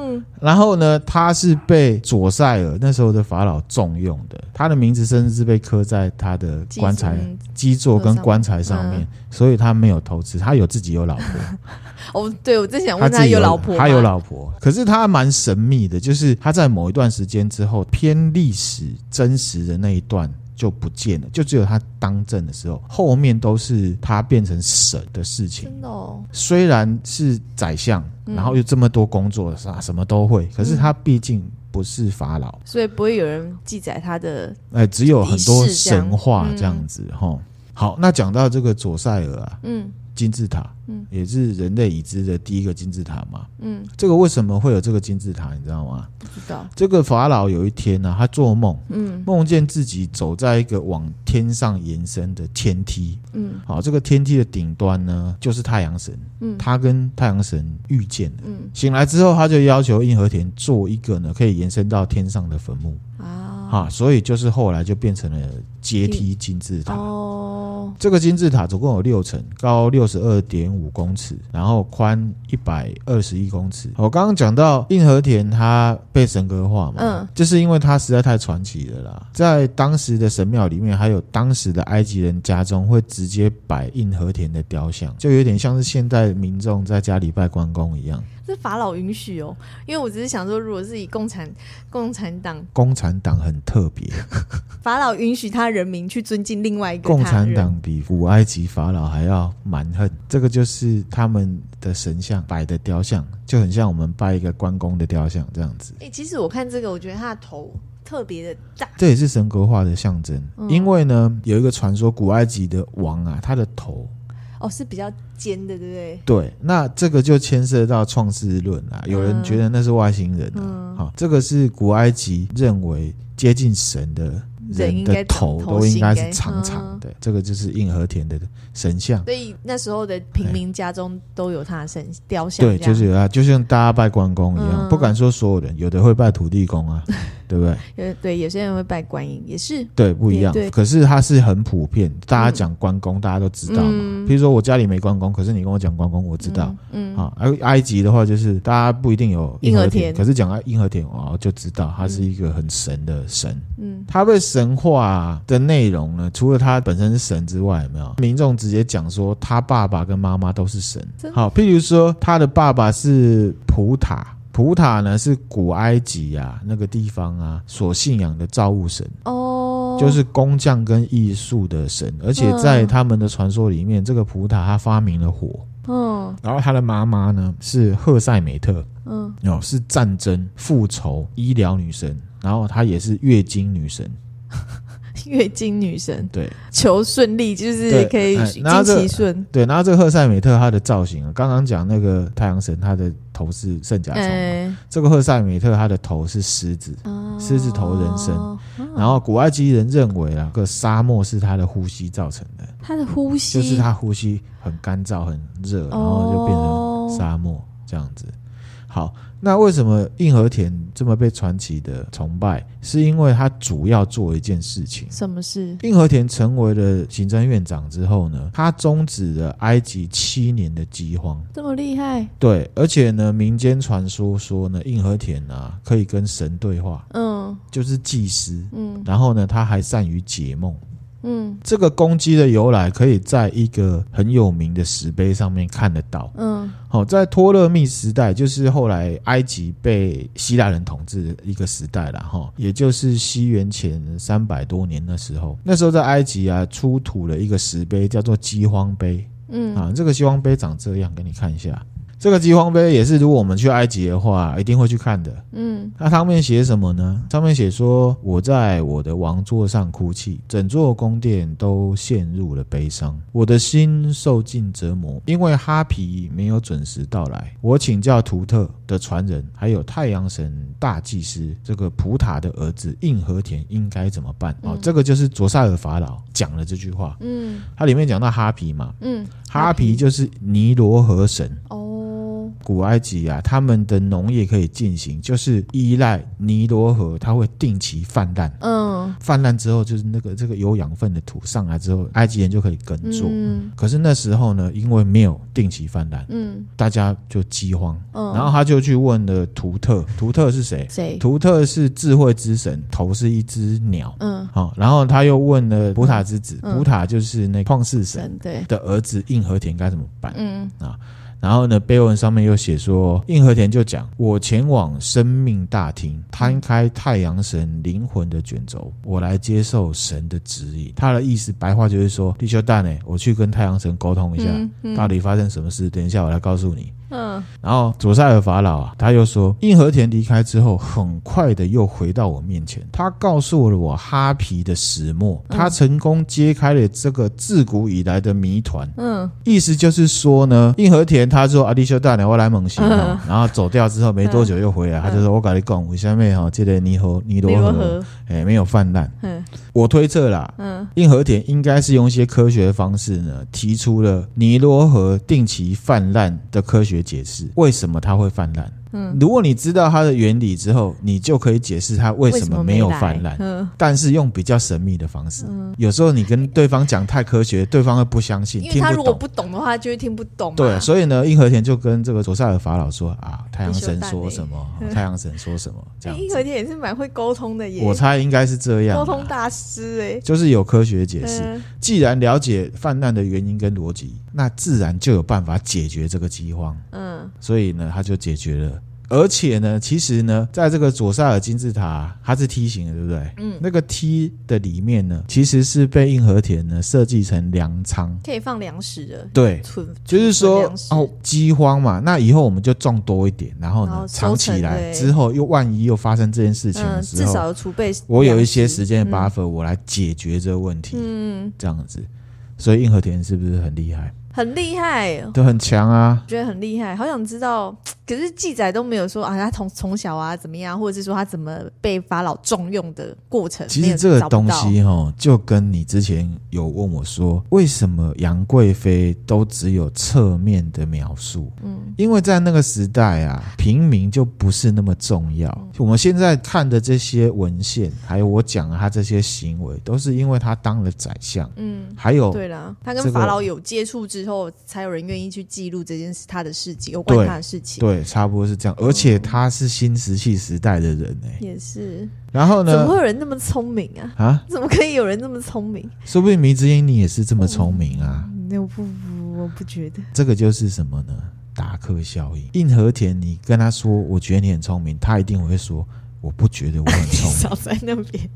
S1: 然后呢，他是被佐塞尔那时候的法老重用的，他的名字甚至是被刻在他的
S2: 基
S1: 棺材、
S2: 层
S1: 基座跟棺材上面，
S2: 嗯
S1: 所以他没有偷吃，他有自己有老婆，
S2: 哦，对，我正想问
S1: 自己
S2: 有老婆吗，
S1: 他有老婆，可是他蛮神秘的，就是他在某一段时间之后，偏历史真实的那一段。就不见了，就只有他当政的时候，后面都是他变成神的事情。
S2: 真的哦，
S1: 虽然是宰相，
S2: 嗯
S1: 然后又这么多工作，啥什么都会，可是他毕竟不是法老，
S2: 所以不会有人记载他的，
S1: 哎，只有很多
S2: 仪式这样
S1: 神话
S2: 嗯
S1: 这样子哈、吼好，那讲到这个佐塞尔啊，
S2: 嗯
S1: 金字塔，
S2: 嗯
S1: 也是人类已知的第一个金字塔嘛。
S2: 嗯，
S1: 这个为什么会有这个金字塔，你知道吗？
S2: 不知道，
S1: 这个法老有一天呢、他做梦，
S2: 嗯
S1: 梦见自己走在一个往天上延伸的天梯，
S2: 嗯
S1: 好，这个天梯的顶端呢，就是太阳神，
S2: 嗯
S1: 他跟太阳神遇见了。
S2: 嗯
S1: 醒来之后，他就要求硬和田做一个呢可以延伸到天上的坟墓
S2: 啊，
S1: 啊，所以就是后来就变成了阶梯金字塔。
S2: 哦，
S1: 这个金字塔总共有六层，高六十二点五公尺，然后宽一百二十一公尺。我刚刚讲到硬和田，它被神格化嘛，
S2: 嗯
S1: 就是因为它实在太传奇了啦。在当时的神庙里面，还有当时的埃及人家中会直接摆硬和田的雕像，就有点像是现代民众在家里拜关公一样。
S2: 这法老允许哦，因为我只是想说，如果是以共产共产党，
S1: 共产党很特别，
S2: 法老允许他人民去尊敬另外一个
S1: 共
S2: 他
S1: 产
S2: 人
S1: 党比古埃及法老还要蛮横，这个就是他们的神像摆的雕像，就很像我们拜一个关公的雕像这样子。
S2: 哎、其实我看这个，我觉得他的头特别的大，
S1: 这也是神格化的象征，
S2: 嗯
S1: 因为呢，有一个传说，古埃及的王啊，他的头
S2: 哦，是比较尖的，对不对？
S1: 对，那这个就牵涉到创世论啊，有人觉得那是外星人啊，
S2: 嗯
S1: 好、这个是古埃及认为接近神的
S2: 人
S1: 人
S2: 应该
S1: 的
S2: 长
S1: 头
S2: 头
S1: 都应该
S2: 型
S1: 是
S2: 该
S1: 长长
S2: 嗯
S1: 的，这个就是硬和田的神像。
S2: 所以那时候的平民家中都有他的神雕像，
S1: 对，
S2: 这样
S1: 就是有啊，就像大家拜关公一样，
S2: 嗯 [laughs]
S1: 不敢说所有人，有的会拜土地公啊，对不对？
S2: 呃，对，有些人会拜观音，也是
S1: 对，不一样
S2: 也对。
S1: 可是它是很普遍，大家讲关公，大家都知道嘛。譬如说我家里没关公，可是你跟我讲关公，我知道。
S2: 嗯，
S1: 啊，而埃及的话，就是大家不一定有
S2: 义和
S1: 义和
S2: 田
S1: 可是讲到义和田，哦，就知道它是一个很神的神。
S2: 嗯
S1: 它被神化的内容呢，除了它本身是神之外，有没有民众直接讲说他爸爸跟妈妈都是神
S2: 真？的
S1: 好，譬如说他的爸爸是普塔。普塔呢是古埃及啊那个地方啊所信仰的造物神，
S2: 嗯，哦，
S1: 就是工匠跟艺术的神，而且在他们的传说里面，这个普塔他发明了火，
S2: 嗯
S1: 然后他的妈妈呢是赫塞美特，
S2: 嗯
S1: 哦是战争、复仇、医疗女神，然后她也是月经女神，
S2: 月经女神
S1: 对
S2: 求顺利，就是
S1: 对
S2: 可以
S1: 哎然后
S2: 经
S1: 这
S2: 期顺，
S1: 对。然后这个赫塞美特她的造型啊，刚刚讲那个太阳神，她的头是圣甲虫嘛，
S2: 哎，
S1: 这个赫塞美特她的头是狮子，
S2: 哦
S1: 狮子头人身
S2: 哦
S1: 然后古埃及人认为啊，这个沙漠是她的呼吸造成的。
S2: 他的呼吸
S1: 就是它呼吸很干燥、很热，然后就变
S2: 哦
S1: 成沙漠这样子。好，那为什么硬和田这么被传奇的崇拜？是因为它主要做一件事情。
S2: 什么事？
S1: 硬和田成为了行政院长之后呢，他终止了埃及七年的饥荒。
S2: 这么厉害？
S1: 对，而且呢，民间传说说呢，硬和田啊可以跟神对话，
S2: 嗯
S1: 就是祭司。
S2: 嗯
S1: 然后呢，他还善于解梦。
S2: 嗯
S1: 这个公鸡的由来可以在一个很有名的石碑上面看得到。
S2: 嗯
S1: 好、在托勒密时代，就是后来埃及被希腊人统治的一个时代了哈、也就是西元前三百多年的时候，那时候在埃及啊出土了一个石碑，叫做饥荒碑
S2: 嗯，
S1: 啊。这个饥荒碑长这样，给你看一下。这个饥荒碑也是，如果我们去埃及的话，一定会去看的。
S2: 嗯
S1: 那上面写什么呢？上面写说：“我在我的王座上哭泣，整座宫殿都陷入了悲伤，我的心受尽折磨，因为哈皮没有准时到来。我请教图特的传人，还有太阳神大祭司这个普塔的儿子印和田应该怎么办？”哦
S2: 嗯，
S1: 这个就是卓塞尔法老讲了这句话，
S2: 嗯
S1: 它里面讲到哈皮嘛，
S2: 嗯，
S1: 哈皮就是尼罗河神。
S2: 哦，
S1: 古埃及啊，他们的农业可以进行，就是依赖尼罗河，它会定期泛滥。
S2: 嗯，
S1: 泛滥之后，就是那个这个有养分的土上来之后，埃及人就可以耕作。
S2: 嗯
S1: 可是那时候呢，因为没有定期泛滥，
S2: 嗯
S1: 大家就饥荒。
S2: 嗯，
S1: 然后他就去问了图特，图特是谁？
S2: 谁？
S1: 图特是智慧之神，头是一只鸟。
S2: 嗯，
S1: 好、然后他又问了普塔之子，
S2: 嗯
S1: 普塔就是那创世神
S2: 神对，
S1: 的儿子印和田该怎么办？
S2: 嗯
S1: 然后呢，碑文上面又写说，印和田就讲：“我前往生命大厅，摊开太阳神灵魂的卷轴，我来接受神的指引。”他的意思白话就是说：“地球蛋呢，我去跟太阳神沟通一下，
S2: 嗯嗯
S1: 到底发生什么事？等一下我来告诉你。”
S2: 嗯
S1: 然后佐塞尔法老啊，他又说，印和田离开之后，很快的又回到我面前，他告诉了我哈皮的始末，
S2: 嗯
S1: 他成功揭开了这个自古以来的谜团。
S2: 嗯
S1: 意思就是说呢，硬和田他说阿啊弟修大鸟我来猛行、哦，然后走掉之后没多久又回来，他就说我跟你讲，我下面哈这个尼河尼
S2: 尼
S1: 罗
S2: 罗
S1: 嗯河
S2: 河，
S1: 哎、没有泛滥，
S2: 嗯
S1: 我推测啦。
S2: 嗯
S1: 硬和田应该是用一些科学方式呢，提出了尼罗河定期泛滥的科学解释。为什么它会泛滥？
S2: 嗯，
S1: 如果你知道它的原理之后，你就可以解释它为什么没有泛滥。
S2: 嗯，
S1: 但是用比较神秘的方式，
S2: 嗯
S1: 有时候你跟对方讲太科学，对方会不相信，
S2: 因为
S1: 听
S2: 他
S1: 不
S2: 如果
S1: 懂。
S2: 不懂的话，就会听不懂嘛。
S1: 对，所以呢，硬和田就跟这个佐塞尔法老说啊，太阳神说什么啊
S2: 你说，
S1: 太阳神说什
S2: [laughs]
S1: 么，这
S2: 哎
S1: 样
S2: 英
S1: 子。
S2: 和田也是蛮会沟通的耶，
S1: 我猜应该是这样
S2: 沟
S1: 啊，
S2: 通大师哎，
S1: 就是有科学解释。
S2: 嗯
S1: 既然了解泛滥的原因跟逻辑，那自然就有办法解决这个饥荒。
S2: 嗯
S1: 所以呢，他就解决了。而且呢，其实呢，在这个佐塞尔金字塔，它是梯形的，对不对？
S2: 嗯，
S1: 那个梯的里面呢，其实是被硬和田呢设计成粮仓。
S2: 可以放粮食的，
S1: 对，
S2: 存
S1: 就是说
S2: 粮食
S1: 哦，饥荒嘛，那以后我们就种多一点，然后
S2: 然后
S1: 呢
S2: 哦收
S1: 藏
S2: 成
S1: 起来，
S2: 对
S1: 之后又万一又发生这件事情
S2: 嗯，
S1: 的
S2: 至
S1: 时候，
S2: 少有储备。
S1: 我有一些时
S2: 间，
S1: 间的
S2: 嗯
S1: buffer，我来解决这个问题，
S2: 嗯，
S1: 这样子。所以硬和田是不是很厉害？
S2: 很厉害，我
S1: 都很强啊。
S2: 觉得很厉害，好想知道。可是记载都没有说啊，他从从小啊怎么样，或者是说他怎么被法老重用的过程。
S1: 其
S2: 没
S1: 实
S2: 有
S1: 这个
S2: 找不
S1: 东
S2: 到
S1: 西哈，就跟你之前有问我说，为什么杨贵妃都只有侧面的描述？
S2: 嗯，
S1: 因为在那个时代啊，平民就不是那么重要。
S2: 嗯
S1: 我们现在看的这些文献，还有我讲的他这些行为，都是因为他当了宰相，
S2: 嗯，
S1: 还有
S2: 对啦，他
S1: 哦这
S2: 跟
S1: 个
S2: 法老有接触之后，才有人愿意去记录这件事，他的事情，有关
S1: 对
S2: 他的事情。
S1: 对，差不多是这样。而且他是新石器时代的人哎、
S2: 也是，
S1: 然后
S2: 怎么
S1: 呢
S2: 会？有人那么聪明啊？ [laughs]
S1: 啊，
S2: 怎么可以有人那么聪明？
S1: 说不定迷之音你也是这么聪明啊。
S2: 嗯那我不不，我不觉得。
S1: 这个就是什么呢？达克效应。硬和田，你跟他说，我觉得你很聪明，他一定会说，我不觉得我很 [laughs] 聪明。
S2: 少在那边，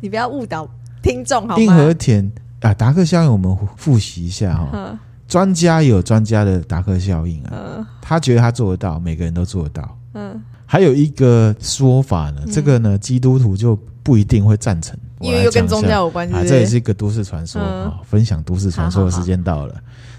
S2: 你不要误导听 [laughs] 众好
S1: 硬和
S2: 吗？
S1: 田啊，达克效应，我们复习一下哈、
S2: 嗯
S1: 专家也有专家的达克效应啊，
S2: 嗯
S1: 他觉得他做得到，每个人都做得到。
S2: 嗯，
S1: 还有一个说法呢，
S2: 嗯
S1: 这个呢，基督徒就不一定会赞成，
S2: 因
S1: 我
S2: 为
S1: 来
S2: 又
S1: 讲
S2: 跟
S1: 一
S2: 宗
S1: 下
S2: 教有关，
S1: 啊，
S2: 不
S1: 这也是一个都市传说
S2: 嗯
S1: 啊、分享都市传说的时间到了。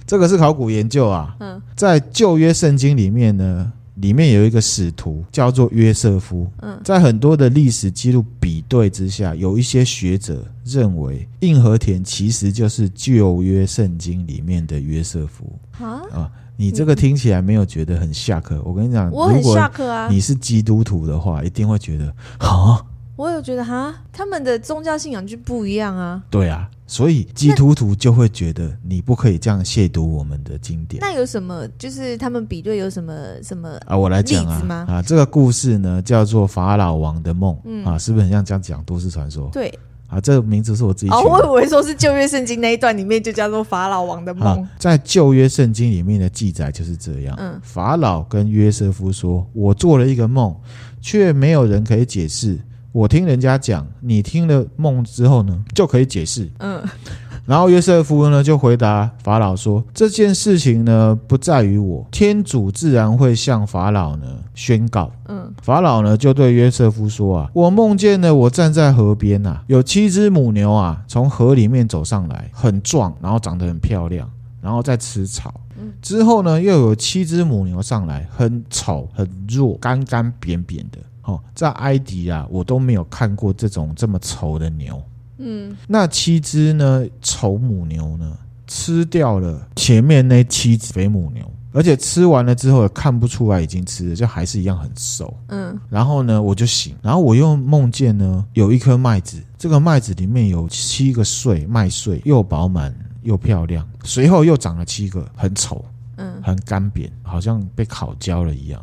S1: 这个是考古研究啊，
S2: 嗯
S1: 在旧约圣经里面呢，里面有一个使徒叫做约瑟夫。
S2: 嗯
S1: 在很多的历史记录比对之下，有一些学者认为硬和田其实就是旧约圣经里面的约瑟夫
S2: 啊，
S1: 啊。你这个听起来没有觉得很下课？我跟你讲，
S2: 我很
S1: 如果
S2: shock 啊，
S1: 你是基督徒的话，一定会觉得啊，
S2: 我有觉得哈，他们的宗教信仰就不一样啊。
S1: 对啊，所以基督徒就会觉得你不可以这样亵渎我们的经典
S2: 那有什么？就是他们比对有什么什么？
S1: 啊！我来讲
S2: 例子吗嗯
S1: 啊啊，这个故事呢叫做法老王的梦、啊，是不是很像这样讲都市传说
S2: 对，
S1: 啊？这个名字是我自己取
S2: 哦，
S1: 的。
S2: 我以为说是旧约圣经那一段里面就叫做法老王的梦
S1: 啊。，在旧约圣经里面的记载就是这样。
S2: 嗯
S1: 法老跟约瑟夫说：“我做了一个梦，却没有人可以解释。我听人家讲，你听了梦之后呢，就可以解释。”
S2: 嗯
S1: [laughs] 然后约瑟夫呢就回答法老说：“这件事情呢不在于我，天主自然会向法老呢宣告。”
S2: 嗯
S1: 法老呢就对约瑟夫说：“啊，我梦见了我站在河边呐、有七只母牛啊从河里面走上来，很壮，然后长得很漂亮，然后在吃草。”
S2: 嗯
S1: 之后呢，又有七只母牛上来，很丑、很弱、干干扁扁的。哦，在埃及啊，我都没有看过这种这么丑的牛。
S2: 嗯，
S1: 那七只呢丑母牛呢，吃掉了前面那七只肥母牛，而且吃完了之后也看不出来已经吃了，就还是一样很瘦。
S2: 嗯
S1: 然后呢，我就醒，然后我又梦见呢有一颗麦子，这个麦子里面有七个穗，麦穗又饱满又漂亮，随后又长了七个，很丑，
S2: 嗯
S1: 很干扁，好像被烤焦了一样。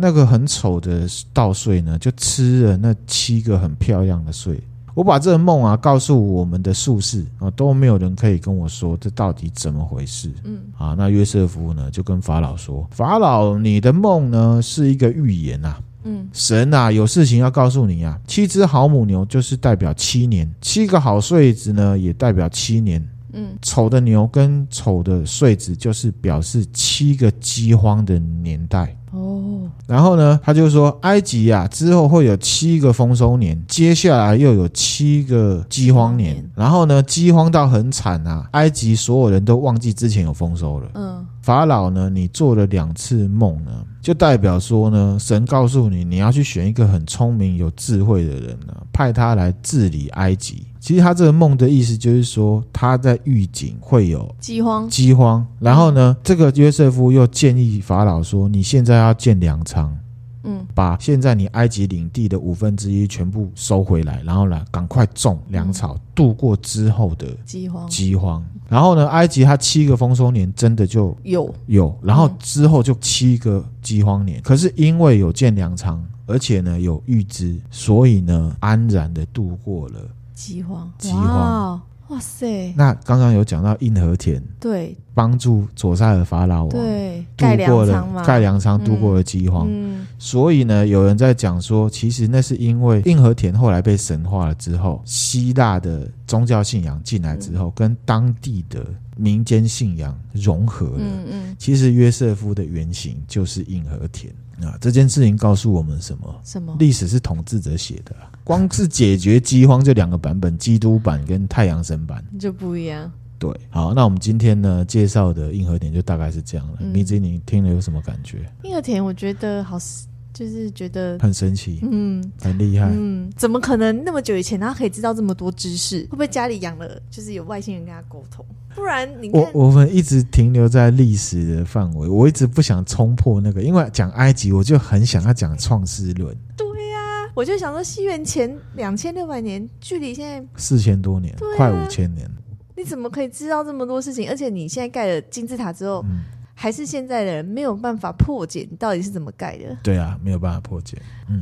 S1: 那个很丑的稻穗呢，就吃了那七个很漂亮的穗。我把这个梦啊告诉我们的术士啊，都没有人可以跟我说这到底怎么回事。
S2: 嗯
S1: 啊，那约瑟夫呢就跟法老说：“法老，你的梦呢是一个预言呐、
S2: 嗯
S1: 神啊，有事情要告诉你啊！七只好母牛就是代表七年，七个好穗子呢也代表七年。
S2: 嗯
S1: 丑的牛跟丑的穗子就是表示七个饥荒的年代。
S2: 哦
S1: 然后呢，他就说埃及啊，之后会有七个丰收年，接下来又有七个饥荒年。
S2: 饥荒年
S1: 然后呢，饥荒到很惨啊，埃及所有人都忘记之前有丰收了。
S2: 嗯
S1: 法老呢，你做了两次梦呢，就代表说呢，神告诉你，你要去选一个很聪明、有智慧的人呢、派他来治理埃及。其实他这个梦的意思就是说，他在预警会有
S2: 饥荒
S1: 饥荒，然后呢，这个约瑟夫又建议法老说，你现在要建粮仓。
S2: 嗯
S1: 把现在你埃及领地的五分之一全部收回来，然后呢，赶快种粮草，度过之后的
S2: 饥荒
S1: 饥荒。然后呢，埃及它七个丰收年真的就
S2: 有
S1: 有，然后
S2: 嗯
S1: 之后就七个饥荒年。可是因为有建粮仓，而且呢有预知，所以呢安然的度过了。
S2: 饥荒
S1: 饥荒
S2: 哇哇塞
S1: 那刚刚有讲到印和田
S2: 对
S1: 帮助左塞尔法老王
S2: 对
S1: 度
S2: 盖粮
S1: 过
S2: 仓
S1: 了
S2: 嘛
S1: 盖粮仓，度过了饥荒。
S2: 嗯
S1: 所以呢，有人在讲说，其实那是因为印和田后来被神化了之后，希腊的宗教信仰进来之
S2: 嗯
S1: 后，跟当地的民间信仰融合了。
S2: 嗯嗯
S1: 其实约瑟夫的原型就是印和田啊。这件事情告诉我们什么？
S2: 什么
S1: 历史是统治者写的啊、光是解决饥荒这两个版本，基督版跟太阳神版
S2: 就不一样
S1: 对，好，那我们今天呢介绍的硬核点就大概是这样了。
S2: 嗯
S1: 米子，你听了有什么感觉？
S2: 硬核田我觉得好，就是觉得
S1: 很神奇，
S2: 嗯。
S1: 很厉害。
S2: 嗯，怎么可能那么久以前他可以知道这么多知识？会不会家里养了就是有外星人跟他沟通？不然你看
S1: 我，我们一直停留在历史的范围，我一直不想冲破那个，因为讲埃及，我就很想要讲创世论，
S2: 对呀、我就想说西元前两千六百年，距离现在
S1: 四千多年，
S2: 对啊
S1: 快五千年，
S2: 你怎么可以知道这么多事情？而且你现在盖了金字塔之后，
S1: 嗯，
S2: 还是现在的人没有办法破解你到底是怎么盖的，
S1: 对啊，没有办法破解，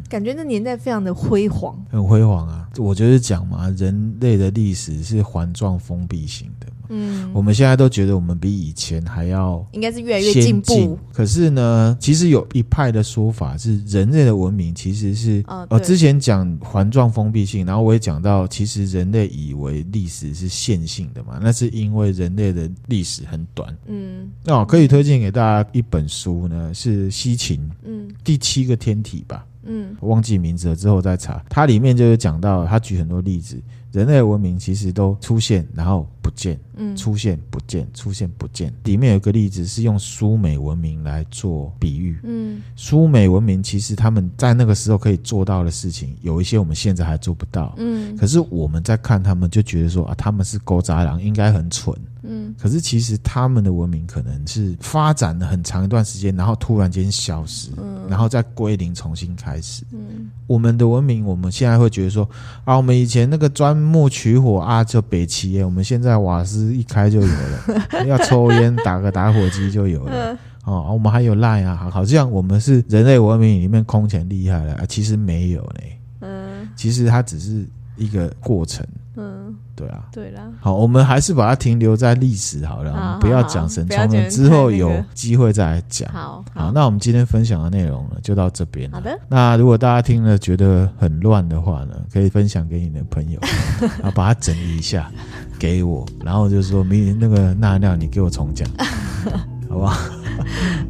S2: 感觉那年代非常的辉煌。
S1: 很辉煌啊。我就是讲嘛，人类的历史是环状封闭型的嘛，
S2: 嗯，
S1: 我们现在都觉得我们比以前还要
S2: 应该是越来越
S1: 先
S2: 进
S1: 进
S2: 步。。
S1: 可是呢，其实有一派的说法是，人类的文明其实是、
S2: 啊
S1: 呃，
S2: 对
S1: 之前讲环状封闭性，然后我也讲到，其实人类以为历史是线性的嘛，那是因为人类的历史很短。
S2: 嗯
S1: 那、我可以推荐给大家一本书呢，是西秦
S2: 嗯
S1: 第七个天体吧。
S2: 嗯
S1: 我忘记名字了，之后再查。它里面就有讲到，他举很多例子，人类文明其实都出现然后不见，
S2: 嗯
S1: 出现不见，出现不见。里面有个例子是用苏美文明来做比喻。
S2: 嗯
S1: 苏美文明其实他们在那个时候可以做到的事情，有一些我们现在还做不到。
S2: 嗯
S1: 可是我们在看他们，就觉得说啊，他们是狗杂狼，应该很蠢。
S2: 嗯
S1: 可是其实他们的文明可能是发展了很长一段时间，然后突然间消失，然后再归零，重新开始。
S2: 嗯
S1: 我们的文明，我们现在会觉得说啊，我们以前那个钻木取火啊，就北齐耶，我们现在瓦斯一开就有了，
S2: [laughs]
S1: 要抽烟打个打火机就有了。
S2: 嗯
S1: 哦，啊我们还有赖啊，好好像我们是人类文明里面空前厉害的、啊，其实没有呢，
S2: 嗯
S1: 其实它只是一个过程，
S2: 嗯，
S1: 对啊。
S2: 对啦，
S1: 好，我们还是把它停留在历史好了，
S2: 好
S1: 我
S2: 好
S1: 们不要
S2: 好
S1: 讲神
S2: 不要
S1: 创论，
S2: 讲
S1: 之后
S2: 太那
S1: 有
S2: 个
S1: 机会再来讲。
S2: 好
S1: 好，那我们今天分享的内容呢，就到这边了。
S2: 好的，
S1: 那如果大家听了觉得很乱的话呢，可以分享给你的朋 [laughs] 友，然后把它整理一下给我，然后就说明那个纳料你给我重 [laughs] 讲，好不好？ [laughs]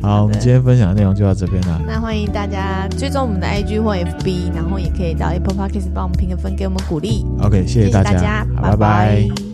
S1: 好，我们今天分享的内容就到这边了。
S2: 那欢迎大家追踪我们的 IG 或 FB，然后也可以到 Apple Podcast 帮我们评个分，给我们鼓励。
S1: OK，谢
S2: 谢
S1: 谢
S2: 谢大
S1: 家，好拜拜
S2: 拜拜